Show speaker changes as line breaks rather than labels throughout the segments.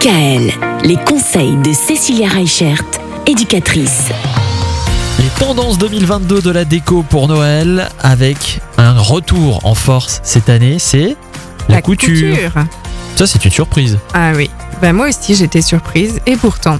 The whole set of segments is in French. KL, les conseils de Cécilia Reichert, éducatrice.
Les tendances 2022 de la déco pour Noël avec un retour en force cette année, c'est la, couture. Ça, c'est une surprise.
Ah oui. Bah moi aussi j'étais surprise et pourtant,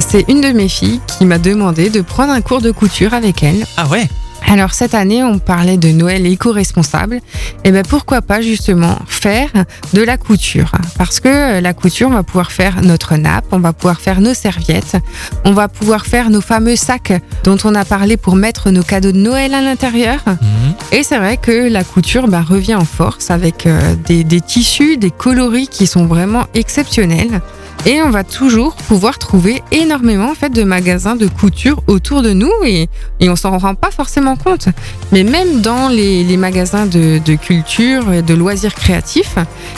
c'est une de mes filles qui m'a demandé de prendre un cours de couture avec elle.
Ah ouais
Alors cette année, on parlait de Noël éco-responsable. Et ben pourquoi pas justement faire de la couture Parce que euh, la couture, on va pouvoir faire notre nappe, on va pouvoir faire nos serviettes, on va pouvoir faire nos fameux sacs dont on a parlé pour mettre nos cadeaux de Noël à l'intérieur.
Mhm.
Et c'est vrai que la couture bah, revient en force avec euh, des, des tissus, des coloris qui sont vraiment exceptionnels. Et on va toujours pouvoir trouver énormément en fait, de magasins de couture autour de nous et, et on s'en rend pas forcément compte. Mais même dans les, les magasins de, de culture et de loisirs créatifs,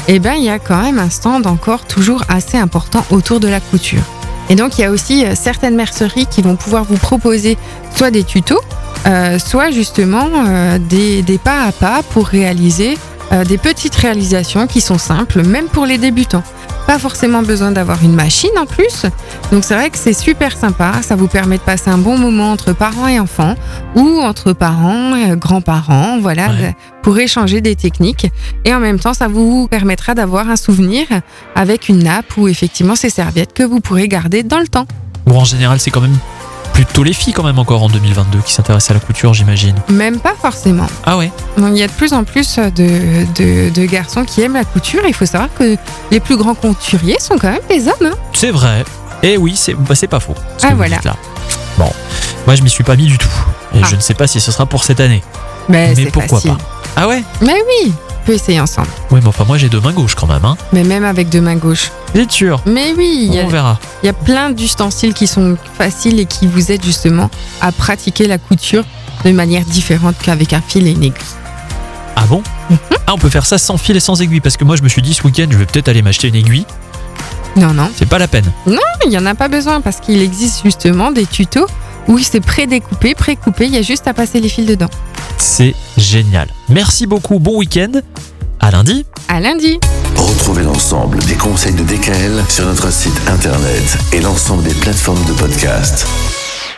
eh ben, il y a quand même un stand encore toujours assez important autour de la couture. Et donc, il y a aussi euh, certaines merceries qui vont pouvoir vous proposer soit des tutos, euh, soit justement euh, des, des pas à pas pour réaliser euh, des petites réalisations qui sont simples, même pour les débutants. Pas forcément besoin d'avoir une machine en plus. Donc, c'est vrai que c'est super sympa. Ça vous permet de passer un bon moment entre parents et enfants ou entre parents et euh, grands-parents, voilà,
Ouais.
de- pour échanger des techniques. Et en même temps, ça vous permettra d'avoir un souvenir avec une nappe ou effectivement ces serviettes que vous pourrez garder dans le temps.
Ou en général, c'est quand même plutôt les filles quand même encore en 2022 qui s'intéressent à la couture, j'imagine.
Même pas forcément.
Ah ouais
Donc, il y a de plus en plus de, de- de garçons qui aiment la couture. Il faut savoir que les plus grands couturiers sont quand même des hommes. hein.
C'est vrai. Eh oui, c'est bah, c'est pas faux. ce
Ah,
que vous
voilà.
dites là. Bon, moi je m'y suis pas mis du tout. Et
Ah.
je ne sais pas si ce sera pour cette année.
Mais,
Mais
c'est
pourquoi
facile.
Ah ouais
Mais oui, on peut essayer ensemble.
Oui, mais enfin moi j'ai deux mains gauches quand même. Hein.
Mais même avec deux mains gauches.
Vous êtes sûr
Mais oui, il y a,
On verra.
il y a plein d'ustensiles qui sont faciles et qui vous aident justement à pratiquer la couture de manière différente qu'avec un fil et une aiguille.
Ah bon Ah, on peut faire ça sans fil et sans aiguille parce que moi je me suis dit ce week-end je vais peut-être aller m'acheter une aiguille.
Non, non,
C'est pas la peine.
il n'y en a pas besoin parce qu'il existe justement des tutos où c'est pré-découpé, pré-coupé, il y a juste à passer les fils dedans.
C'est génial. Merci beaucoup. Bon week-end. À lundi.
À lundi
Retrouvez l'ensemble des conseils de DKL sur notre site internet et l'ensemble des plateformes de podcast.